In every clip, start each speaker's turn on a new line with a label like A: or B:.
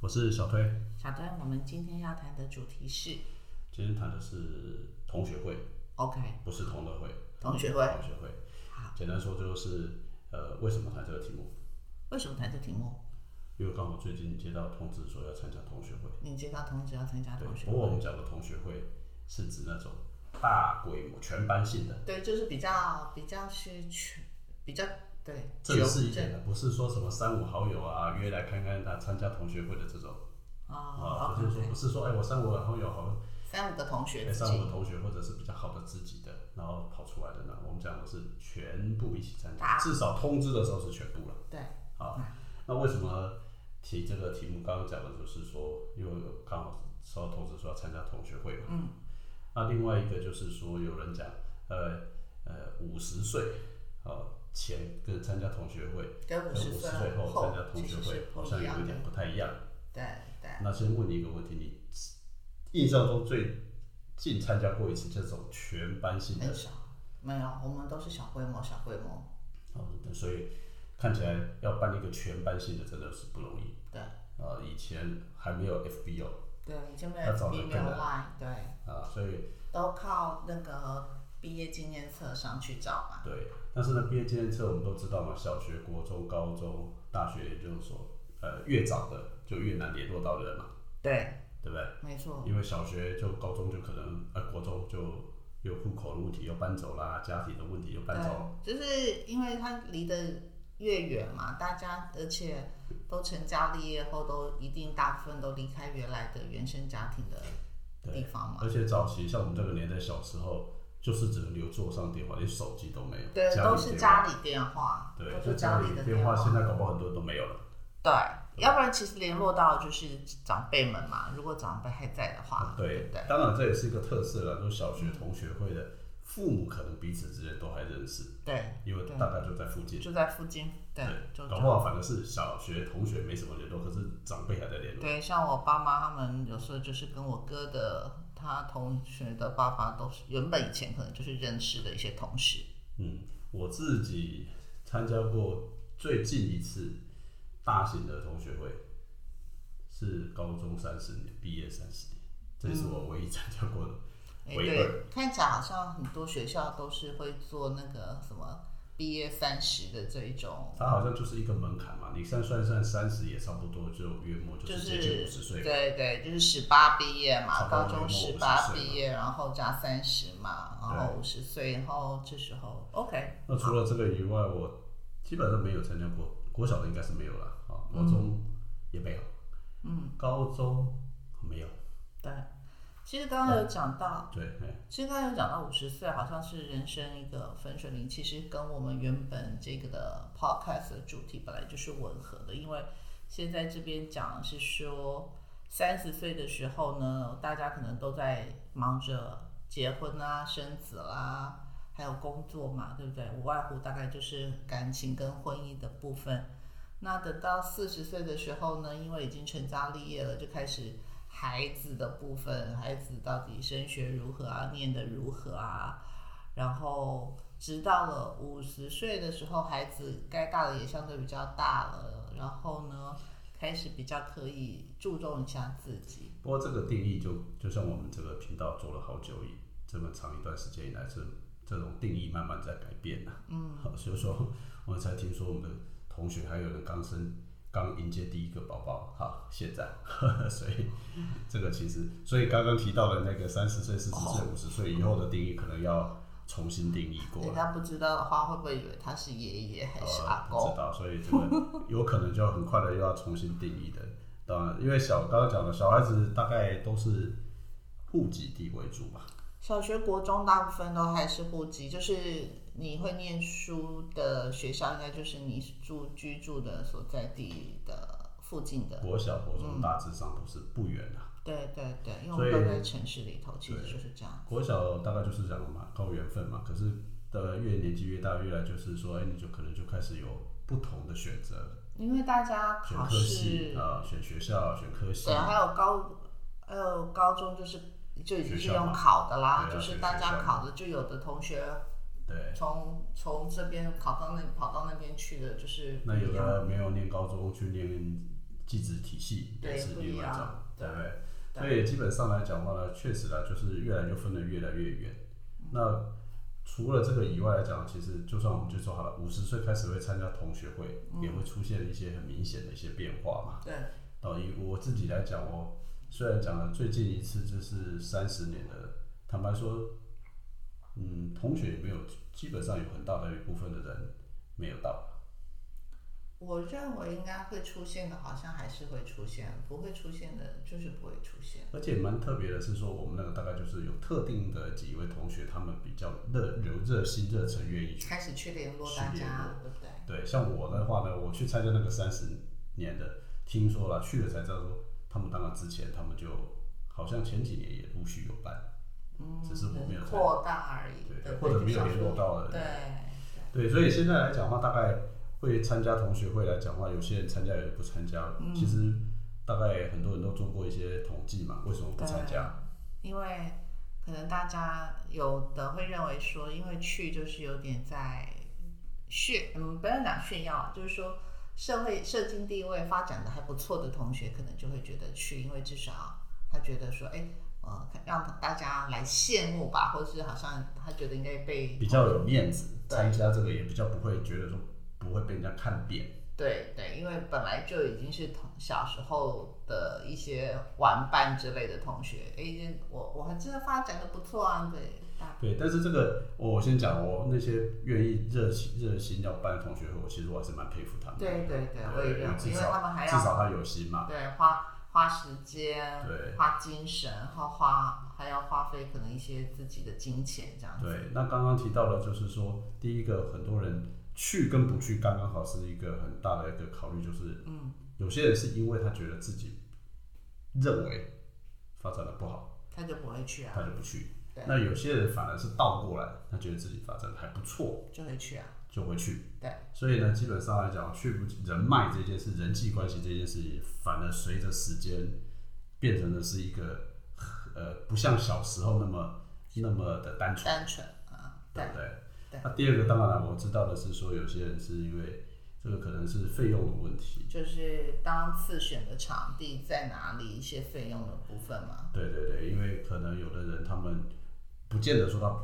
A: 我是小推，
B: 小端，我们今天要谈的主题是
A: 今天谈的是同学会，
B: OK
A: 不是同乐会，
B: 同学会。
A: 同学会。
B: 好，
A: 简单说就是，呃，为什么谈这个题目？
B: 为什么谈这题目？
A: 因为刚好最近接到通知说要参加同学会。
B: 你接到通知要参加
A: 对
B: 同，学
A: 不过我
B: 会？
A: 们讲的同学会是指那种大规模、全班性的、
B: 对，就是比较比较是全比较对
A: 正式一点
B: 对
A: 的，不是说什么三五好友啊约来看看他参加同学会的这种
B: 哦
A: 啊，
B: ，OK，
A: 就是说
B: OK
A: 不是说哎我三五好友好像
B: 三五个同学
A: 哎
B: 自
A: 三五
B: 己
A: 个同学或者是比较好的知己的，然后跑出来的呢，我们讲的是全部一起参加，
B: 啊
A: 至少通知的时候是全部了。
B: 对
A: 啊，那为什么提这个题目？刚刚讲的就是说，因为我刚好收到通知说要参加同学会嘛。嗯。那另外一个就是说，有人讲，呃呃，五十岁啊前跟参加同学会，
B: 跟
A: 跟
B: 五
A: 五
B: 十
A: 十
B: 岁
A: 岁后参
B: 后
A: 加同
B: 其
A: 学
B: 实是
A: 会
B: 不
A: 好像
B: 一
A: 有
B: 样
A: 一
B: 的
A: 点，不太一样。
B: 对对。
A: 那先问你一个问题，你印象中最近参加过一次这种全班性的
B: 很少，没有，我们都是小规模，小规模。
A: 哦，对所以看起来要办一个全班性的真的是不容易。
B: 对
A: 啊、以前还没 有 FB 哦，
B: 对，已经没有
A: 要找
B: FB
A: 人
B: 没
A: 跟
B: 有
A: 来
B: Line，对，
A: 啊，所以
B: 都靠那个毕业纪念册上去找嘛。
A: 对，但是呢，毕业纪念册我们都知道嘛，小学、国中、高中、大学、研究所，呃，越早的就越难联络到人嘛，
B: 对，
A: 对不对？
B: 没错，
A: 因为小学就高中就可能，呃，国中就有户口的问题又搬走啦，家庭的问题又搬走，
B: 对，就是因为它离得越远嘛，大家而且都成家立业后，都一定大部分都离开原来的原生家庭的地
A: 对。
B: 方嘛。
A: 而且早期像我们这个年代，小时候就是只能留桌上电话，连手机都没有，
B: 对，
A: 家里
B: 都是
A: 电
B: 家
A: 话，
B: 里电话，
A: 对，
B: 都
A: 就是家
B: 里的
A: 电
B: 话。
A: 现在搞不好很多人都没有了。
B: 对，要不然其实联络到就是长辈们嘛，如果长辈还在的话，啊对
A: 对
B: 不对？，
A: 当然这也是一个特色了，就是小学同学会的父母可能彼此之间都还认识，
B: 对，
A: 因为
B: 对
A: 大概就在附近。
B: 就在附近，对，就
A: 搞不好反而是小学同学没什么联络，可是长辈还在联络。
B: 对，像我爸妈他们有时候就是跟我哥的他同学的爸爸都是原本以前可能就是认识的一些同事，
A: 嗯，我自己参加过最近一次大型的同学会，是高中三十年，毕业三十年，这是我唯一参加过的。
B: 哎，
A: 唯
B: 对，看起来好像很多学校都是会做那个什么毕业三十的这一种，
A: 它好像就是一个门槛嘛，你算算算三十也差不多，就约莫就
B: 就是
A: 接近
B: 是
A: 五十岁吧。
B: 对对，就是十八毕业嘛，
A: 差不
B: 高
A: 多
B: 中
A: 年
B: 十
A: 末
B: 八
A: 50岁
B: 毕业，然后加三十嘛，然后五十岁，然后这时候 OK，
A: 那除了这个以外，我基本上没有参加过，国小的应该是没有了啊，国中也没有，嗯，高中没有，
B: 对。其实刚刚有讲到，
A: 对，哎
B: 其实刚才有讲到五十岁，好像是人生一个分水岭。其实跟我们原本这个的 podcast 的主题本来就是吻合的，因为现在这边讲的是说，三十岁的时候呢，大家可能都在忙着结婚啊、生子啦，还有工作嘛，对不对？无外乎大概就是感情跟婚姻的部分。那等到四十岁的时候呢，因为已经成家立业了，就开始孩子的部分，孩子到底升学如何啊，念得如何啊，然后直到了五十岁的时候，孩子该大了也相对比较大了，然后呢，开始比较可以注重一下自己，
A: 不过这个定义就就像我们这个频道做了好久以这么长一段时间以来，是这种定义慢慢在改变呐、嗯，好，所以说我才听说我们的同学还有人刚生刚迎接第一个宝宝，好，现在， 所以这个其实，所以刚刚提到的那个三十岁、四十岁、五十岁以后的定义，可能要重新定义过
B: 人
A: 了。
B: 家不知道的话，会不会以为他是爷爷还是
A: 呃
B: 阿，
A: 不
B: 公
A: 知？道，所以这个有可能就很快的又要重新定义的。当然，因为小刚刚讲的小孩子大概都是户籍地为主吧。
B: 小学、国中大部分都还是户籍，就是你会念书的学校，应该就是你住居住的所在地的附近的。
A: 国小、国中大致上都是不远的、啊
B: 对对对，因为我
A: 所
B: 们
A: 以
B: 都在城市里头，其实就是这样。
A: 国小大概就是这样嘛，靠缘分嘛。可是的越年纪越大，越来就是说，哎，你就可能就开始有不同的选择，
B: 因为大家
A: 选
B: 考
A: 科系
B: 试，
A: 啊、选学校、选科系
B: 对，，啊还有高，还有高中就是就已经是用考的啦，
A: 学校嘛对啊
B: 就是
A: 学
B: 大
A: 学
B: 家
A: 校
B: 考的，就有的同学
A: 对。
B: 从从这边考到那跑到那边去的，就是不
A: 那有
B: 一样。
A: 的没有念高中去念技职体系也
B: 对
A: 是
B: 不一
A: 另外一种
B: 样，
A: 对不对？
B: 对
A: 所以基本上来讲的话呢，确实啊，就是越来越分得越来越远。那除了这个以外来讲，其实就算我们就说好了，五十岁开始会参加同学会，也会出现一些很明显的一些变化嘛。
B: 对，
A: 到以我自己来讲，我虽然讲了最近一次就是三十年的，坦白说，嗯，同学也没有，基本上有很大的一部分的人没有到。
B: 我认为应该会出现的，好像还是会出现；不会出现的，就是不会出现。
A: 而且蛮特别的是说，我们那个大概就是有特定的几位同学，他们比较热有热心热忱，愿意去。
B: 开始去联络
A: 去
B: 大
A: 联
B: 家，
A: 络
B: 对不对？
A: 对，像我的话呢，我去参加那个三十年的，听说了去了才知道说，他们当然之前他们就好像前几年也陆续有办，
B: 嗯，
A: 只是我没有参
B: 扩大而已，
A: 对
B: 对，
A: 或者没有联络到
B: 对
A: 的人
B: 对
A: 对，所以现在来讲的话，大概会参加同学会来讲的话，有些人参加，有人不参加。其实大概很多人都做过一些统计嘛，为什么不参加？
B: 因为可能大家有的会认为说，因为去就是有点在炫，嗯，不要讲炫耀啊，就是说社会社经地位发展的还不错的同学，可能就会觉得去，因为至少他觉得说，哎。呃，让大家来羡慕吧，或是好像他觉得应该被
A: 比较有面子，
B: 对
A: 参加这个也比较不会觉得说不会被人家看扁。
B: 对对，因为本来就已经是同小时候的一些玩伴之类的同学，哎，我我还真的发展的不错啊，对，大
A: 对，但是这个我先讲，我那些愿意热心热心要办同学会，我其实我还是蛮佩服他们的。
B: 对对对，我也
A: 因
B: 认
A: 为
B: 为，
A: 至
B: 因为他们
A: 少
B: 还
A: 至少
B: 要
A: 他有心嘛。
B: 对花花时间，
A: 对
B: 花精神，花花还要花费可能一些自己的金钱这样子，
A: 对，那刚刚提到的，就是说，第一个，很多人去跟不去，刚刚好是一个很大的一个考虑，就是，嗯，有些人是因为他觉得自己认为发展的不好，
B: 他就不会去啊
A: 他，就不去
B: 对；
A: 那有些人反而是倒过来，他觉得自己发展的还不错，
B: 就会去啊，
A: 就会去。
B: 对，
A: 所以呢，基本上来讲，去不人脉这件事、人际关系这件事情，反而随着时间变成的是一个，呃，不像小时候那么那么的单纯。
B: 单纯啊，
A: 对
B: 对
A: 不对？
B: 对
A: 那第二个，当然了，我知道的是说，有些人是因为这个可能是费用的问题。
B: 就是当次选的场地在哪里，一些费用的部分嘛，
A: 对对对，因为可能有的人他们不见得说他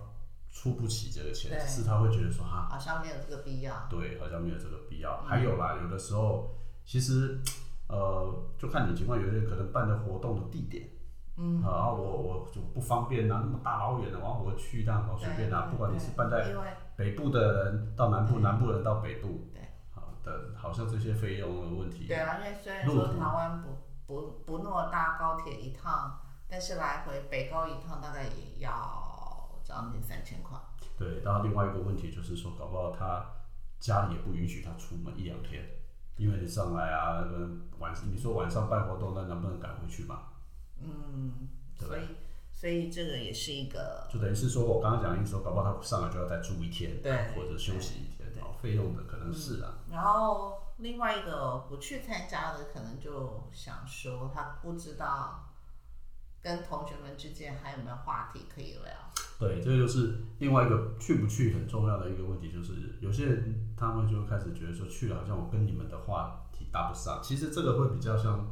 A: 出不起这个钱，
B: 对
A: 只是他会觉得说啊哈，
B: 好像没有这个必要。
A: 对，好像没有这个必要。还有啦，有的时候其实呃，就看你情况，有些人可能办的活动的地点。嗯，啊，然后我我就不方便拿、那么大老远的，然后我去一趟，哦我随便拿、
B: 对
A: 不管你是办在
B: 因为
A: 北部的人到南部，南部人到北部，
B: 对，
A: 好的，好像这些费用的问题，
B: 对啊，因为虽然
A: 路
B: 说
A: 途
B: 台湾不不不那么大高铁一趟，但是来回北高一趟大概也要将近三千块。
A: 对，然后另外一个问题就是说，搞不好他家里也不允许他出门一两天，因为你上来啊，那个晚你说晚上办活动，那能不能赶回去嘛？
B: 嗯，
A: 对
B: 所以所以这个也是一个
A: 就等于是说我刚刚讲的意思说，搞不好他上来就要再住一天，
B: 对
A: 或者休息一天，
B: 对嗯
A: 哦，费用的可能是啊，
B: 然后另外一个不去参加的，可能就想说他不知道跟同学们之间还有没有话题可以聊。
A: 对，这就是另外一个去不去很重要的一个问题，就是有些人他们就会开始觉得说去了好像我跟你们的话题搭不上，其实这个会比较像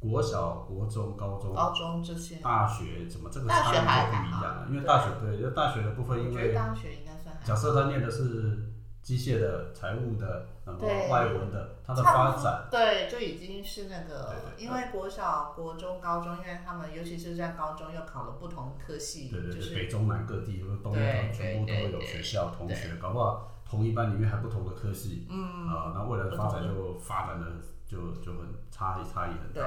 A: 国小、国中、高中、
B: 高中这些，
A: 大学怎么这个
B: 哦大
A: 差
B: 学还
A: 异就不一
B: 还好
A: 样了，因为
B: 对
A: 大学对，因为大学的部分，
B: 我
A: 因
B: 觉得
A: 为
B: 大学应该算还
A: 假设他念的是机械的、财务的，那么
B: 对
A: 外文的，他的
B: 差
A: 发
B: 不多
A: 展，
B: 对，就已经是那个，
A: 对对
B: 因为国小、国中、高中，因为他们尤其是在高中又考了不同科系，
A: 对对对，
B: 就
A: 北
B: 是
A: 中南各地，东
B: 对
A: 南全部都
B: 对
A: 会
B: 对
A: 有
B: 对
A: 学校同学，搞不好同一班里面还不同的科系，嗯啊，那未来的发展就发展的就就很差异差异很大，
B: 对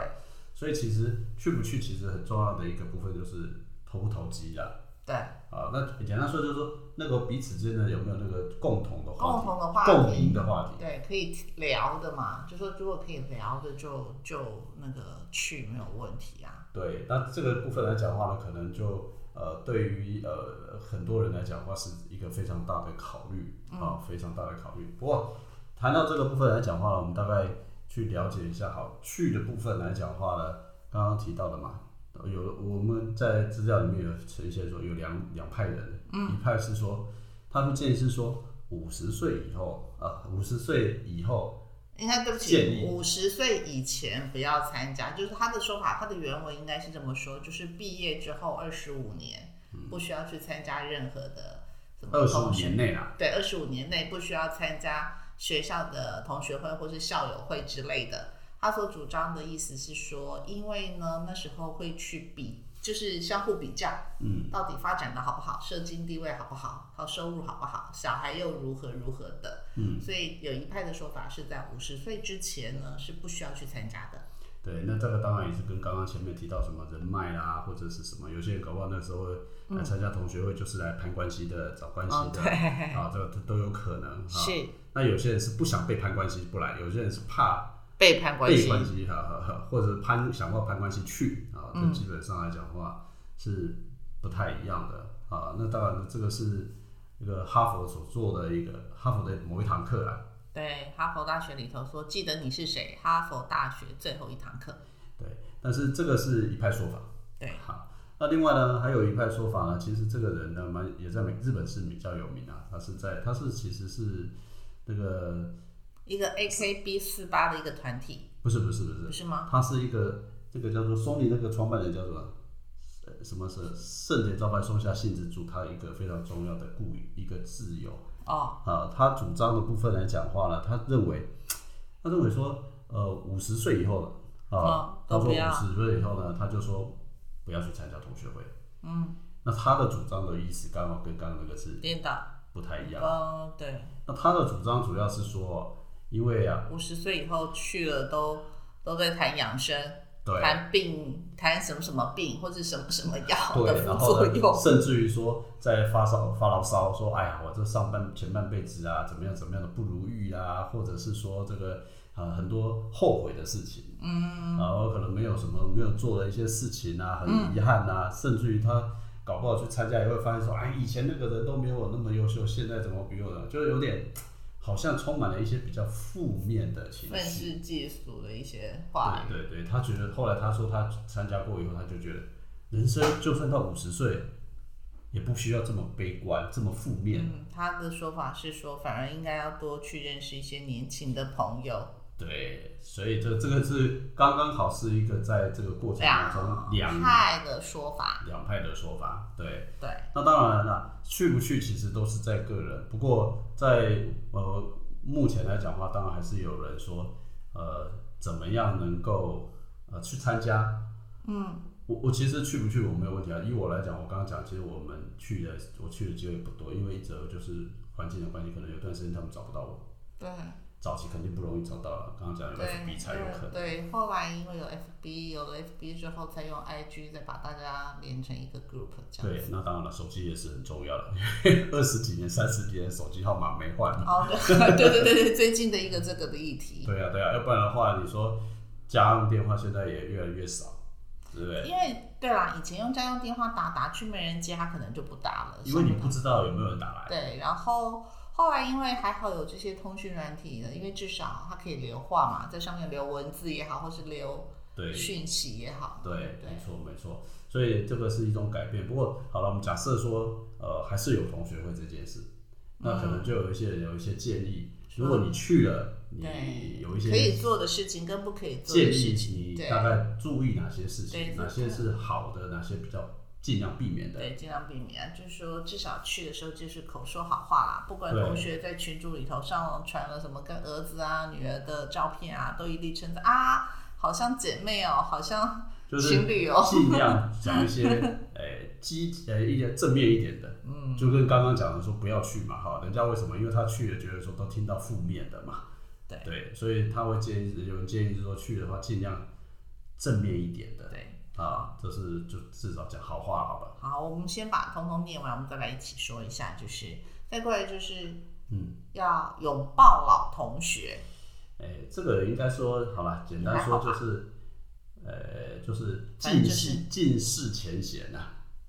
A: 所以其实去不去其实很重要的一个部分就是投不投机啊，
B: 对
A: 啊，那简单说就是说那个彼此之间的有没有那个共同的话
B: 共
A: 题，
B: 同的话
A: 哦共
B: 题
A: 赢的话题。
B: 对可以聊的嘛，就说如果可以聊的就就那个去没有问题啊，
A: 对，那这个部分来讲的话呢，可能就呃，对于呃很多人来讲的话，是一个非常大的考虑
B: 嗯
A: 啊、非常大的考虑。不过谈到这个部分来讲的话呢，我们大概去了解一下好去的部分来讲的话呢，刚刚提到的嘛，有我们在资料里面有呈现说有两两派人，
B: 嗯
A: 一派是说他们建议是说五十岁以后啊，五、十岁以后
B: 应该对不
A: 建
B: 起，
A: 议
B: 五十岁以前不要参加，就是他的说法，他的原文应该是这么说，就是毕业之后二十五年不需要去参加任何的什么
A: 嗯二十五
B: 同学
A: 年内啦，
B: 对，二十五年内不需要参加学校的同学会或是校友会之类的。他所主张的意思是说，因为呢那时候会去比，就是相互比较，
A: 嗯，
B: 到底发展的好不好，社经地位好不好，好收入好不好，小孩又如何如何的。
A: 嗯，
B: 所以有一派的说法是在五十岁之前呢是不需要去参加的。
A: 对，那这个当然也是跟刚刚前面提到什么人脉啦，或者是什么，有些人搞不好那时候来参加同学会就是来攀关系的、找关系
B: 哦，
A: 的，
B: 对，
A: 啊，这个都都有可能哈。
B: 是
A: 那有些人是不想被攀关系不来，有些人是怕
B: 背叛关
A: 被
B: 系，
A: 关系，哈哈哈，或者攀想要攀关系去啊，
B: 嗯
A: 这基本上来讲的话是不太一样的啊。那当然，这个是一个哈佛所做的一个哈佛的某一堂课啊啦，
B: 对，哈佛大学里头说，记得你是谁，哈佛大学最后一堂课。
A: 对，但是这个是一派说法。
B: 对，
A: 好，那另外呢，还有一派说法呢，其实这个人呢，蛮也在美日本是比较有名啊，他是在他是其实是那个
B: 一个 AKB 四八的一个团体，
A: 不是不是不
B: 不
A: 是，
B: 是吗？
A: 他是一个这个叫做松尼那个创办人叫做呃什么是盛田招牌松下幸之助，他一个非常重要的雇一个挚友
B: 哦，
A: 啊，他主张的部分来讲话呢，他认为他认为说呃五十岁以后了。啊
B: 哦，
A: 他
B: 都不
A: 说五
B: 要
A: 十岁以后呢，他就说不要去参加同学会。
B: 嗯
A: 那他的主张的意思刚好跟刚刚那个是
B: 颠倒，
A: 不太一样。
B: 哦，对，
A: 那他的主张主要是说，因为啊，
B: 五十岁以后去了都都在谈养生，
A: 对
B: 谈病，谈什么什么病或者什么什么药
A: 对，
B: 的
A: 然
B: 副
A: 后
B: 作
A: 呢，
B: 用，
A: 甚至于说在发烧发牢骚，说哎呀，我这上半前半辈子啊，怎么样怎么样的不如意啊，或者是说这个啊、呃很多后悔的事情，嗯，然后可能没有什么没有做的一些事情啊，很遗憾啊，
B: 嗯
A: 甚至于他。搞不好去参加也会发现说，哎，以前那个人都没有我那么优秀，现在怎么比我呢？就是有点，好像充满了一些比较负面的情绪。
B: 愤世嫉俗的一些话语，
A: 对对对，他觉得后来他说他参加过以后，他就觉得人生就算到五十岁，也不需要这么悲观，这么负面。
B: 嗯，他的说法是说，反而应该要多去认识一些年轻的朋友，
A: 对，所以这这个是刚刚好是一个在这个过程当中两
B: 两派的说法，
A: 两派的说法。对，
B: 对，
A: 那当然了，去不去其实都是在个人。不过在呃目前来讲的话，当然还是有人说，呃，怎么样能够呃去参加
B: 嗯
A: 我我其实去不去我没有问题啊。以我来讲，我刚刚讲，其实我们去的我去的机会不多，因为一则就是环境的关系，可能有段时间他们找不到我，
B: 对。
A: 早期肯定不容易找到了。刚刚讲有
B: 对
A: FB 才有可能。
B: 对，后来因为有 FB，有了 FB 之后，再用 IG 再把大家连成一个 group 这样
A: 对
B: 子。，
A: 那当然了，手机也是很重要的。二十几年、三十几年，手机号码没换。
B: 哦， 对对对对对，最近的一个这个的议题，
A: 对啊，对啊，要不然的话，你说家用电话现在也越来越少，对不对？
B: 因为对啦，以前用家用电话打打去没人接，他可能就不打了。
A: 因为你
B: 所
A: 不
B: 以
A: 知道有没有人打来。
B: 对，然后后来因为还好有这些通讯软体的，因为至少它可以留话嘛，在上面留文字也好，或是留
A: 对，
B: 讯息也好。
A: 对，没
B: 对
A: 错没错，所以这个是一种改变。不过好了，我们假设说，呃，还是有同学会这件事，那可能就有一些人有一些建议。如果你去了，你有一
B: 嗯可
A: 些
B: 以做的事情跟不可以做
A: 建
B: 的事
A: 议
B: 情，，
A: 你
B: 对
A: 大概注意哪些事
B: 对
A: 情，哪些是好的，哪些比较尽量避免的。
B: 对，尽量避免，就是说至少去的时候就是口说好话啦，不管
A: 对
B: 同学在群组里头上传了什么跟儿子啊、女儿的照片啊，都一律称赞啊，好像姐妹哦，好像
A: 就是
B: 情侣哦
A: 尽量讲一 些呃积呃一点正面一点的，嗯，就跟刚刚讲的说不要去嘛，哈，人家为什么？因为他去了，觉得说都听到负面的嘛，
B: 对
A: 所以他会建议有人建议是说去的话尽量正面一点的，
B: 对。
A: 啊，这是就至少讲好话好了，
B: 好，我们先把通通念完，我们再来一起说一下，就是再过来就是
A: 嗯，
B: 要拥抱老同学，
A: 哎、这个应该说好了，简单说就是。呃，就是尽释尽释前嫌呐、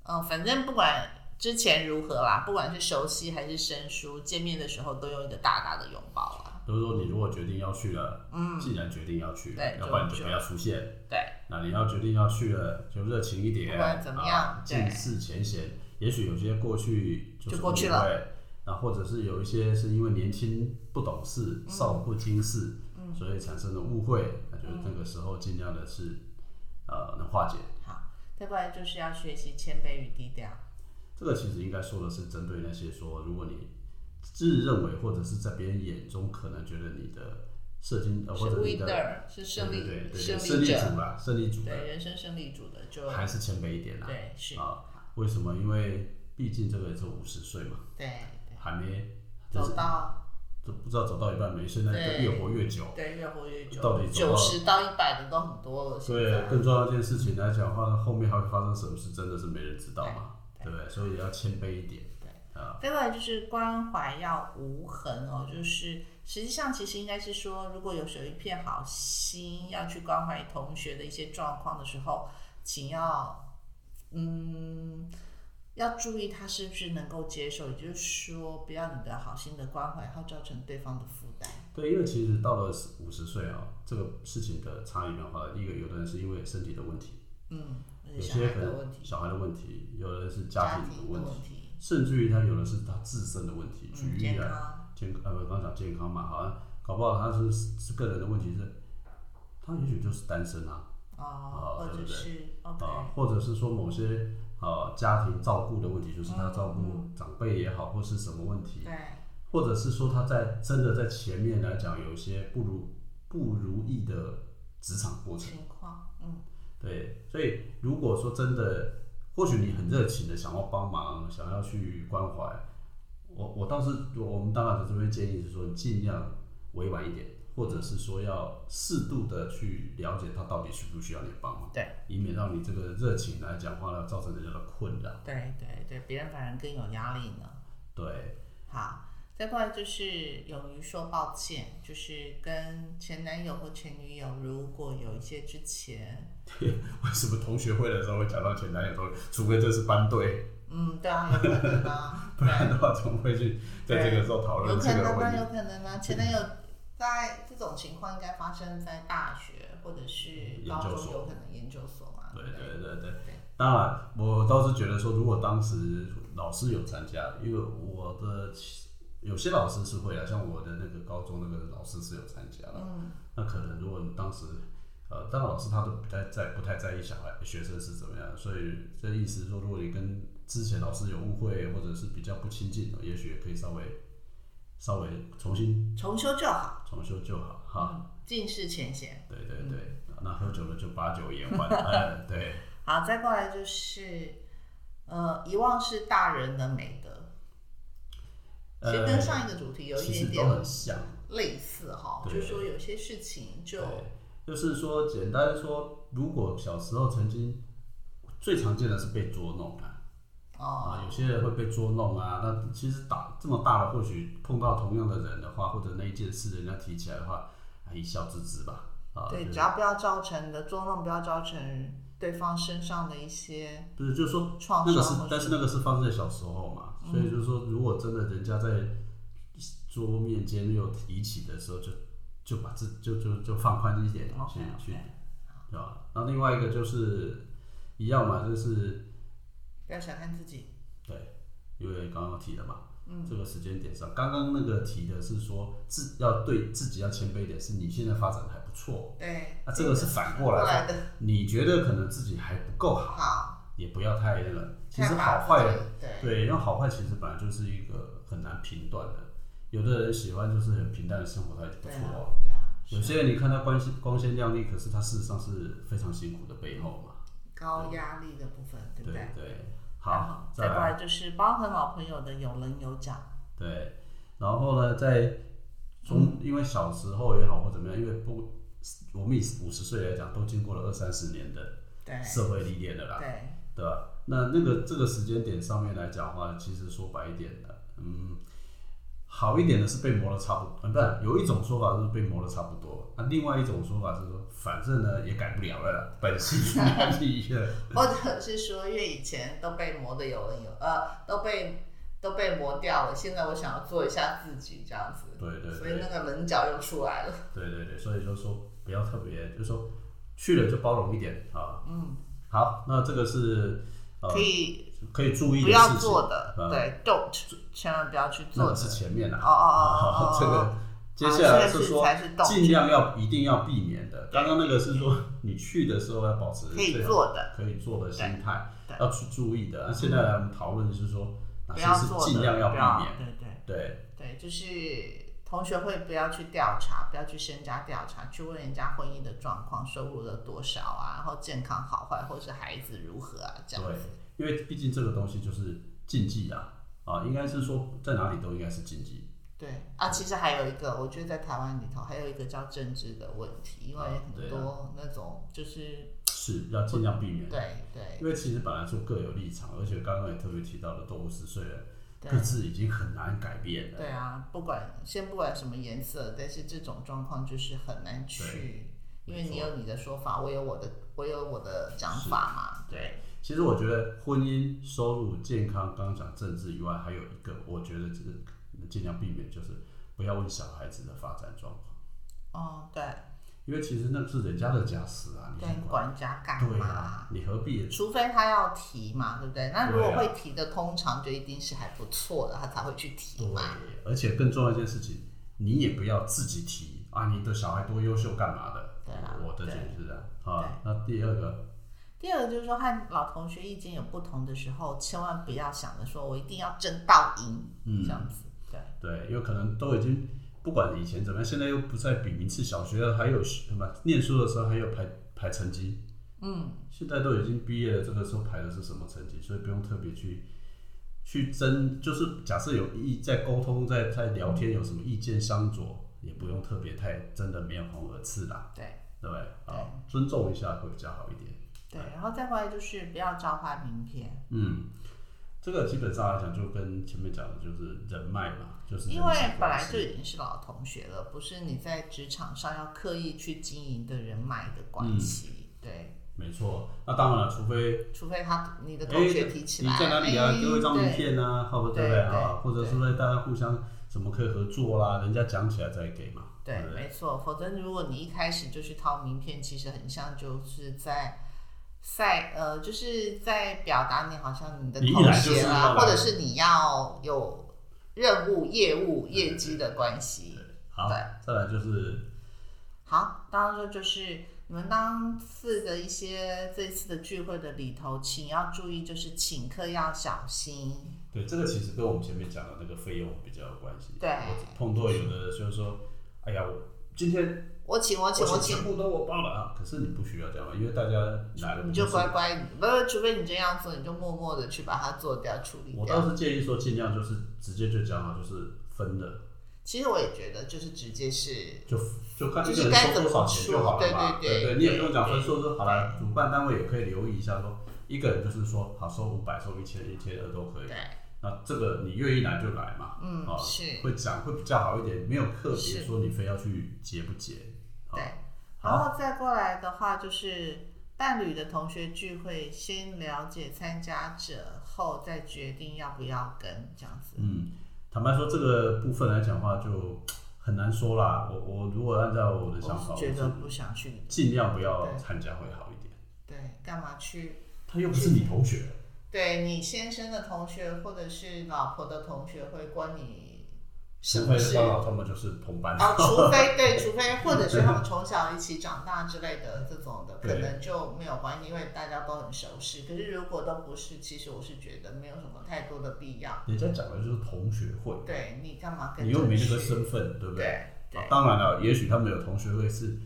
A: 啊
B: 嗯，反正不管之前如何啦，不管是熟悉还是生疏，见面的时候都用一个大大的拥抱啦。
A: 就是说你如果决定要去了，嗯，既然决定要去了
B: 对，
A: 要不然你
B: 就
A: 就不要出现，
B: 对，
A: 那你要决定要去了，就热情一点，
B: 不管怎么样
A: 啊
B: 对
A: 尽释前嫌。也许有些过去就是
B: 就过去
A: 误会，那或者是有一些是因为年轻不懂事、少不经事，
B: 嗯
A: 所以产生了误会，那就是那个时候尽量的是呃能化解。
B: 好，再不然就是要学习谦卑与低调。
A: 这个其实应该说的是针对那些说，如果你自认为或者是在别人眼中可能觉得你的射精呃或
B: 是
A: 者你的
B: winner，是胜利
A: 对对对对
B: 胜利
A: 利
B: 者，
A: 组啦，胜利组
B: 对
A: 的
B: 人生胜利组的就
A: 啊还是谦卑一点啦。
B: 对是，
A: 啊，为什么？因为毕竟这个也是五十岁嘛，
B: 对对，
A: 还没就
B: 走
A: 是
B: 到
A: 都不知道走到一半没，现在
B: 对
A: 就越活越久。
B: 对越活越久，
A: 到底走
B: 九
A: 到
B: 十到一百的都很多了，现
A: 对，
B: 在
A: 更重要的一件事情来讲的话，后面还会发生什么事，真的是没人知道嘛，
B: 对
A: 对不对？所以要谦卑一点。
B: 另外就是关怀要无痕哦，就是实际上其实应该是说，如果有有一片好心要去关怀同学的一些状况的时候，请要嗯要注意他是不是能够接受，也就是说不要你的好心的关怀，然后造成对方的负担。
A: 对，因为其实到了五十岁啊，这个事情的差异的话，一个有的人是因为身体的问题，
B: 嗯，
A: 有
B: 小
A: 些
B: 孩
A: 可
B: 的
A: 能
B: 问题，
A: 小孩的问题，有的是
B: 家
A: 家庭的
B: 庭
A: 问
B: 的
A: 题，
B: 问题，
A: 甚至于他有的是他自身的问题，举
B: 嗯，
A: 例
B: 健
A: 来
B: 康，
A: 健呃，我刚刚讲健康嘛，好像啊搞不好他是是个人的问题是，他也许就是单身啊，
B: 哦，
A: 哦
B: 或者
A: 对不对
B: 是哦
A: 啊、
B: OK，
A: 或者是说某些呃家庭照顾的问题，就是他照顾长辈也好，或是什么问题，
B: 对，
A: 或者是说他在真的在前面来讲有一些不如不如意的职场过程，
B: 情况，嗯，
A: 对，所以如果说真的，或许你很热情的想要帮忙，想要去关怀，我我倒是我们当然这边建议是说尽量委婉一点，或者是说要适度的去了解他到底需不需要你的帮忙，
B: 对。
A: 以免让你这个热情来讲话呢造成人家的困扰。
B: 对对对，别人反而更有压力呢。
A: 对，
B: 好，再过来就是勇于说抱歉，就是跟前男友或前女友如果有一些之前，
A: 为什么同学会的时候会讲到前男友都，除非这是班队，
B: 嗯，对啊，有可能 啊，
A: 不然的话怎么会去在这个时候讨
B: 有
A: 论
B: 可
A: 这个
B: 能
A: 问
B: 啊，
A: 题？
B: 有可能啊，前男友在这种情况应该发生在大学或者是
A: 研
B: 高
A: 究
B: 中，
A: 所
B: 有可能研究所嘛，
A: 对
B: 不
A: 对对对
B: 对。
A: 当然，我倒是觉得说，如果当时老师有参加，因为我的有些老师是会啊，像我的那个高中那个老师是有参加的。
B: 嗯，
A: 那可能如果你当时，呃，当然老师他都不太在不太在意小孩学生是怎么样，所以这意思是说，如果你跟之前老师有误会，或者是比较不亲近的，也许也可以稍微稍微重新
B: 重修就好，
A: 重修就好哈。
B: 尽释前嫌。
A: 对对对，那喝酒了就把酒言欢，哎，对。
B: 好，再过来就是，呃，遗忘是大人的美德。其实跟上一个主题有一
A: 呃其
B: 点
A: 实都很
B: 点
A: 像。
B: 类似哈，就
A: 对
B: 是说有些事情就
A: 对，就是说，简单说，如果小时候曾经最常见的是被捉弄啊，
B: 哦，
A: 啊，有些人会被捉弄啊。那其实打这么大了，或许碰到同样的人的话，或者那一件事人家提起来的话，啊一笑置之吧。啊，
B: 对，
A: 就
B: 只
A: 是
B: 要不要造成你的捉弄，不要造成对方身上的一些
A: 不是，就是说
B: 创
A: 那个是
B: 伤，或，嗯
A: 但是那个是放在小时候嘛，所以就是说，如果真的人家在桌面间又提起的时候，就就把自就就就放宽一点去
B: OK，OK
A: 去，对吧？那另外一个就是一样嘛，就是
B: 不要小看自己，
A: 对，因为刚刚提了嘛，
B: 嗯，
A: 这个时间点上，刚刚那个提的是说自要对自己要谦卑一点，是你现在发展的还不错，
B: 对，
A: 那啊这个是反过
B: 过
A: 来，
B: 来的
A: 你觉得可能自己还不够好，
B: 好，
A: 也不要太那个，其实
B: 太把
A: 好坏
B: 自己对
A: 对，因为好坏其实本来就是一个很难评断的。有的人喜欢就是很平淡的生活，他也不
B: 对
A: 错
B: 啊
A: 哦、
B: 对啊，
A: 有些人你看他光鲜光鲜亮丽，可是他事实上是非常辛苦的背后嘛。
B: 高压力的部分，对不
A: 对
B: 对？
A: 对，
B: 然后
A: 好，
B: 再
A: 再
B: 过
A: 来。
B: 来就是包含老朋友的有棱有角。
A: 对，然后呢，在
B: 嗯
A: 中，因为小时候也好或怎么样，因为不，我们以五十岁来讲，都经过了二三十年的
B: 对
A: 社会历练了啦。
B: 对，
A: 对吧？那那个这个时间点上面来讲的话，其实说白一点的，嗯，好一点的是被磨的差不多，呃不是有一种说法是被磨的差不多，那另外一种说法是说，反正呢也改不了了啦，本性难移 了。
B: 或者是说，因为以前都被磨的有棱有呃，都被都被磨掉了，现在我想要做一下自己这样子，
A: 对对
B: 所以
A: 对
B: 那个棱角又出来了。
A: 对对对，所以就说不要特别，就说去了就包容一点啊。
B: 嗯，
A: 好，那这个是
B: 可以
A: 可以呃注意
B: 不
A: 的
B: 要
A: 事情，
B: 做的，
A: 嗯
B: 对，don't，千万不要去
A: 那
B: 做
A: 个
B: 的。
A: 是前面啦啊
B: 哦。哦哦哦哦，
A: 这个接下来
B: 这个
A: 是
B: 是
A: 说
B: 才是动
A: 尽量要一定要避免的。刚刚那个是说你去的时候要保持
B: 哦可以
A: 这样
B: 做的
A: 可以做的心态
B: 对，对
A: 要去注意的。那现在我们讨论是说哪
B: 不
A: 些
B: 要
A: 是
B: 做的，
A: 尽量
B: 不
A: 避免，
B: 对对
A: 对，
B: 对，就是同学会不要去调查，不要去深加调查，去问人家婚姻的状况、收入的多少啊，然后健康好坏，或是孩子如何啊，这样
A: 对
B: 子。
A: 因为毕竟这个东西就是禁忌啊，啊，应该是说在哪里都应该是禁忌。
B: 对啊，其实还有一个，我觉得在台湾里头还有一个叫政治的问题，因为
A: 啊对
B: 很
A: 啊
B: 多那种就是
A: 是要尽量避免，
B: 对对
A: 因为其实本来就各有立场，而且刚刚也特别提到了，都五十岁了，各
B: 对
A: 自已经很难改变了。
B: 对啊，不管先不管什么颜色，但是这种状况就是很难去，因为
A: 没错
B: 你有你的说法，我有我的我有我的讲法嘛，对
A: 其实我觉得婚姻、收入、健康，刚刚讲政治以外，还有一个，我觉得就是尽量避免，就是不要问小孩子的发展状况，
B: 哦对，
A: 因为其实那是人家的家事啊，你
B: 对
A: 去管。
B: 管人家干
A: 对
B: 嘛、
A: 啊，你何必？
B: 除非他要提嘛，对不对？那如果
A: 对啊
B: 会提的，通常就一定是还不错的，他才会去提
A: 对
B: 嘛。，
A: 而且更重要一件事情，你也不要自己提啊，你的小孩多优秀干嘛的？
B: 对啊
A: 我的
B: 对
A: 解释啊。啊，那第二个，
B: 第二个就是说，和老同学意见有不同的时候，千万不要想着说我一定要争到赢，
A: 嗯
B: 这样子。对
A: 对，因为可能都已经不管以前怎么样，现在又不再比名次，小学了还有什么念书的时候还有排排成绩，嗯，现在都已经毕业了，这个时候排的是什么成绩，所以不用特别去去争，就是假设有意在沟通在在聊天有什么意见相左，也不用特别太真的面红耳赤啦，
B: 对
A: 对不对？啊，尊重一下会比较好一点。
B: 对，然后再回来就是不要召唤名片，
A: 嗯，这个基本上来讲就跟前面讲的就是人脉嘛，就是人
B: 因为
A: 际
B: 本
A: 关
B: 来
A: 系
B: 就已经是老同学了，不是你在职场上要刻意去经营的人脉的关系。
A: 嗯
B: 对，
A: 没错，那当然了，除非
B: 除非他你的
A: 哎，
B: 同学提起来，
A: 你在哪里啊？
B: 哎
A: 给我一张名
B: 对
A: 片啊，好不对
B: 对
A: 不对
B: 对
A: 啊？或者
B: 对
A: 是说大家互相什么可以合作啦，人家讲起来再给嘛。
B: 对
A: 不，
B: 没错。否则如果你一开始就去掏名片，其实很像就是在在呃，就是在表达你好像你的
A: 你一
B: 头
A: 来就是
B: 衔
A: 要
B: 啊，
A: 来
B: 或者是你要有任务、业务、业绩的关系。
A: 好，再来就是
B: 好，当然说就是你们当次的一些这次的聚会的里头，请要注意，就是请客要小心。
A: 对这个其实跟我们前面讲的那个费用比较有关系。
B: 对
A: 我碰到有的就是说，哎呀，我今天
B: 我请，我请，我请
A: 全。部都我包了啊，可是你不需要这样嘛，因为大家来了
B: 你就
A: 不是
B: 乖乖，不是，除非你这样做，你就默默的去把它做掉、处理
A: 我
B: 掉。
A: 倒是建议说，尽量就是直接就讲好，就是分的，
B: 其实我也觉得，就是直接是
A: 就就看一
B: 就
A: 个
B: 是
A: 人
B: 该
A: 收
B: 怎
A: 多
B: 么
A: 少钱就好了嘛，
B: 出对对对
A: 对你也不
B: 对
A: 用讲分
B: 对
A: 数，说好了，主办单位也可以留意一下说，一个人就是说好收五百、收一千、一千二都可以
B: 对，，
A: 那这个你愿意来就来嘛，
B: 嗯
A: 啊，
B: 是
A: 会讲会比较好一点，没有特别
B: 是
A: 说你非要去结不结，啊
B: 对，然
A: 好，
B: 后再过来的话就是伴侣的同学聚会，先了解参加者后再决定要不要跟这样子。
A: 嗯，坦白说这个部分来讲的话就很难说啦，我我如果按照我的想法，
B: 我
A: 我
B: 是觉
A: 是
B: 得不想去，
A: 尽量不要
B: 对
A: 参加会好一点，
B: 对，干嘛去？
A: 他又不是你同学，
B: 对你先生的同学或者是老婆的同学会关你什
A: 除
B: 么
A: 非
B: 事？
A: 刚好他们就是同班。
B: 哦，除非对，除非或者是他们从小一起长大之类的这种的，可
A: 对
B: 能就没有关系，因为大家都很熟识。可是如果都不是，其实我是觉得没有什么太多的必要。
A: 人家讲的就是同学会，
B: 对你干嘛跟
A: 你又没那个
B: 身，
A: 身份，对不对？
B: 对
A: 啊
B: 对。
A: 当然了，也许他们有同学会是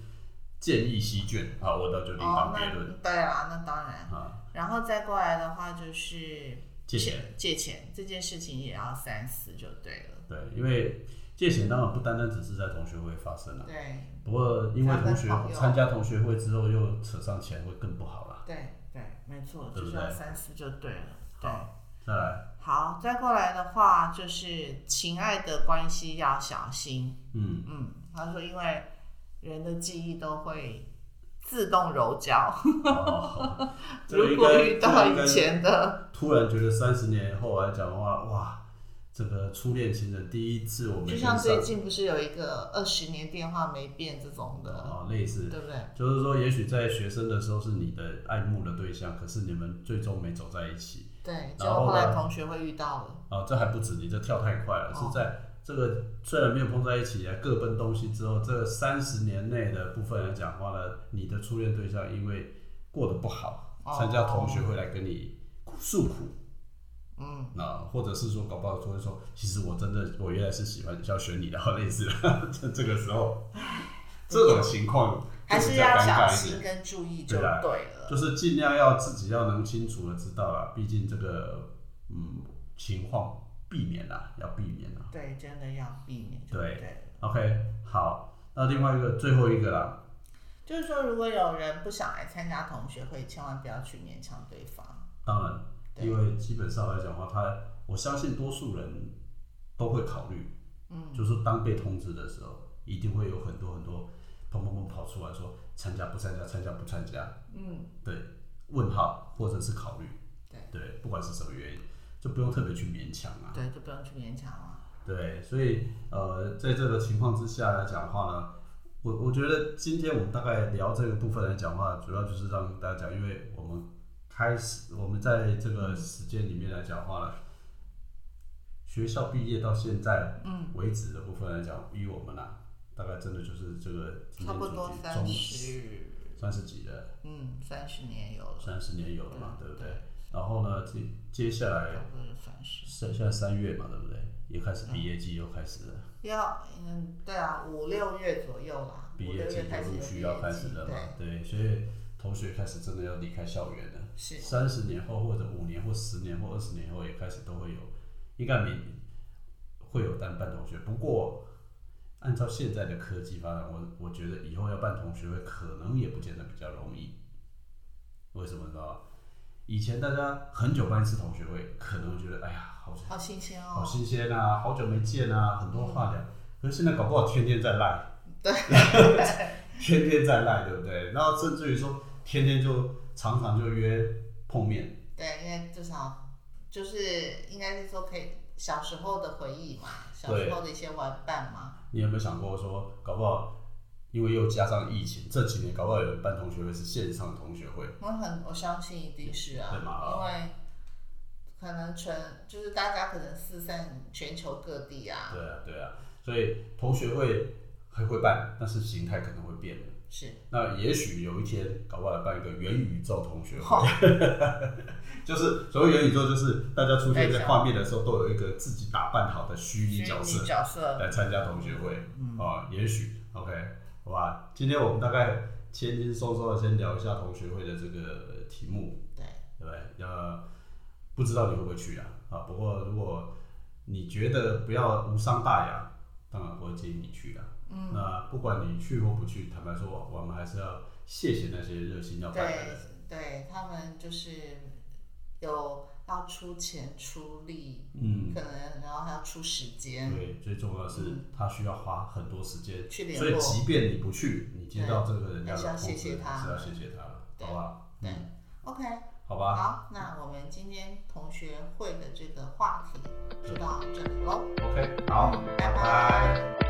A: 建议席卷啊，我倒就另
B: 哦
A: 当，别论、
B: 那对啊，那当然。
A: 啊。
B: 然后再过来的话就是
A: 借钱，
B: 借钱这件事情也要三思就对了。
A: 对，因为借钱当然不单单只是在同学会发生了、
B: 对
A: 不过因为同
B: 参
A: 学
B: 加朋友
A: 参加同学会之后又扯上钱，会更不好了。
B: 对对，没错，
A: 对
B: 就
A: 不
B: 是要
A: 对
B: 三思就对了。对。
A: 好，再来，
B: 好，再过来的话就是情爱的关系要小心。
A: 嗯，
B: 嗯，他说因为人的记忆都会自动柔焦，
A: 哦， 这个
B: 如
A: 应
B: 果
A: 该
B: 遇到
A: 这个应
B: 以
A: 该
B: 前的，
A: 突然觉得三十年后来讲的话，哇，这个初恋情人第一次我们
B: 就像
A: 跟上
B: 最近不是有一个二十年电话没变这种的，
A: 哦，类似
B: 对不对？
A: 就是说，也许在学生的时候是你的爱慕的对象，可是你们最终没走在一起
B: 对，
A: 然
B: 就后
A: 后呢
B: 来同学会遇到了，
A: 啊，这还不止，你这跳太快了，
B: 哦
A: 是在这个虽然没有碰在一起，啊各奔东西之后，这三十年内的部分来讲的话呢，你的初恋对象因为过得不好，
B: 哦
A: 参加同学会来跟你诉苦，
B: 嗯，
A: 那或者是说搞不好就会说，其实我真的我原来是喜欢要选你的，类似的 这这个时候，这种情况
B: 还
A: 就是比较
B: 要
A: 尴
B: 小
A: 尬一
B: 心
A: 点。
B: 跟注意就
A: 对啦
B: 了。
A: 就是尽量要自己要能清楚的知道啦，毕竟这个嗯情况避免啦，要避免啦。
B: 对，真的要避免就
A: 对
B: 对了。
A: OK，好，那另外一个最后一个啦，
B: 就是说，如果有人不想来参加同学会，千万不要去勉强对方。
A: 当然，
B: 对
A: 因为基本上来讲的话，他我相信多数人都会考虑，
B: 嗯，
A: 就是当被通知的时候，一定会有很多很多砰砰砰跑出来说参加不参加，参加不参加，
B: 嗯，
A: 对，问号或者是考虑，
B: 对
A: 对，不管是什么原因，就不用特别去勉强啊。
B: 对，就不用去勉强了。
A: 对，所以呃，在这个情况之下来讲的话呢，我我觉得今天我们大概聊这个部分来讲的话，主要就是让大家讲，因为我们开始我们在这个时间里面来讲的话呢，学校毕业到现在
B: 嗯
A: 为止的部分来讲，以我们啊，大概真的就是这个今
B: 差
A: 天
B: 不
A: 主
B: 多
A: 题
B: 三
A: 中
B: 十，
A: 三十几了，
B: 嗯，三十年有了，
A: 三十年有了嘛，
B: 嗯
A: 对不对？然后呢，接接下
B: 差
A: 来
B: 不多就三十。
A: 现现在三月嘛，对不对？也开始毕业季又开始了。
B: 要，嗯，对啊，五六月左右啦，
A: 毕
B: 五
A: 业
B: 六
A: 季
B: 月开
A: 就
B: 始
A: 陆
B: 有
A: 续
B: 毕
A: 要
B: 业
A: 开始
B: 季
A: 了嘛
B: 对，，
A: 对，所以同学开始真的要离开校园了。
B: 是
A: 三十年后，或者五年，或十年，或二十年后，也开始都会有，应该每年会有单办同学。不过，按照现在的科技发展，我我觉得以后要办同学会，可能也不见得比较容易。为什么你知道吗？以前大家很久办一次同学会，可能觉得哎呀，好
B: 好新鲜
A: 好
B: 哦。
A: 新鲜啊，好久没见啊，很多话聊。可是现在搞不好天天在赖，对， 天天在赖，对不对？然后甚至于说，天天就常常就约碰面，
B: 对，因为至少就是应该是说可以小时候的回忆嘛，小
A: 对
B: 时候的一些玩伴嘛，
A: 你有没有想过说，搞不好因为又加上疫情，这几年搞不好有人办同学会是线上同学会，
B: 我很我相信一定是啊，
A: 对嘛
B: 因为可能全就是大家可能四散全球各地啊，
A: 对啊，对啊，所以同学会还会办，但是形态可能会变了。
B: 是
A: 那也许有一天，搞不好来办一个元宇宙同学
B: 好
A: 会，就是所谓元宇宙，就是大家出现在画面的时候，都有一个自己打扮好的虚拟角色
B: 角色，
A: 来参加同学会啊、也许 OK，好吧，今天我们大概轻轻松松的先聊一下同学会的这个题目，
B: 对，
A: 对不对？呃，不知道你会不会去啊？啊，不过如果你觉得不要无伤大雅，当然我会建议你去啦。嗯，那不管你去或不去，坦白说，我们还是要谢谢那些热心要办的
B: 对
A: 人。
B: 对，他们就是有要出钱出力，
A: 嗯，
B: 可能然后还要出时间，
A: 对，最重要的是他需要花很多时间，
B: 嗯去联
A: 所以
B: 络
A: 即便你不去，你接到这个人家
B: 还是
A: 的
B: 要
A: 通
B: 谢谢
A: 知，
B: 他
A: 还是要谢谢他了，
B: 对
A: 好吧？
B: 对
A: 嗯，
B: ，OK，
A: 好啊吧。
B: 好，那我们今天同学会的这个话题就到这里喽，
A: OK，好，
B: 嗯拜
A: 拜拜
B: 拜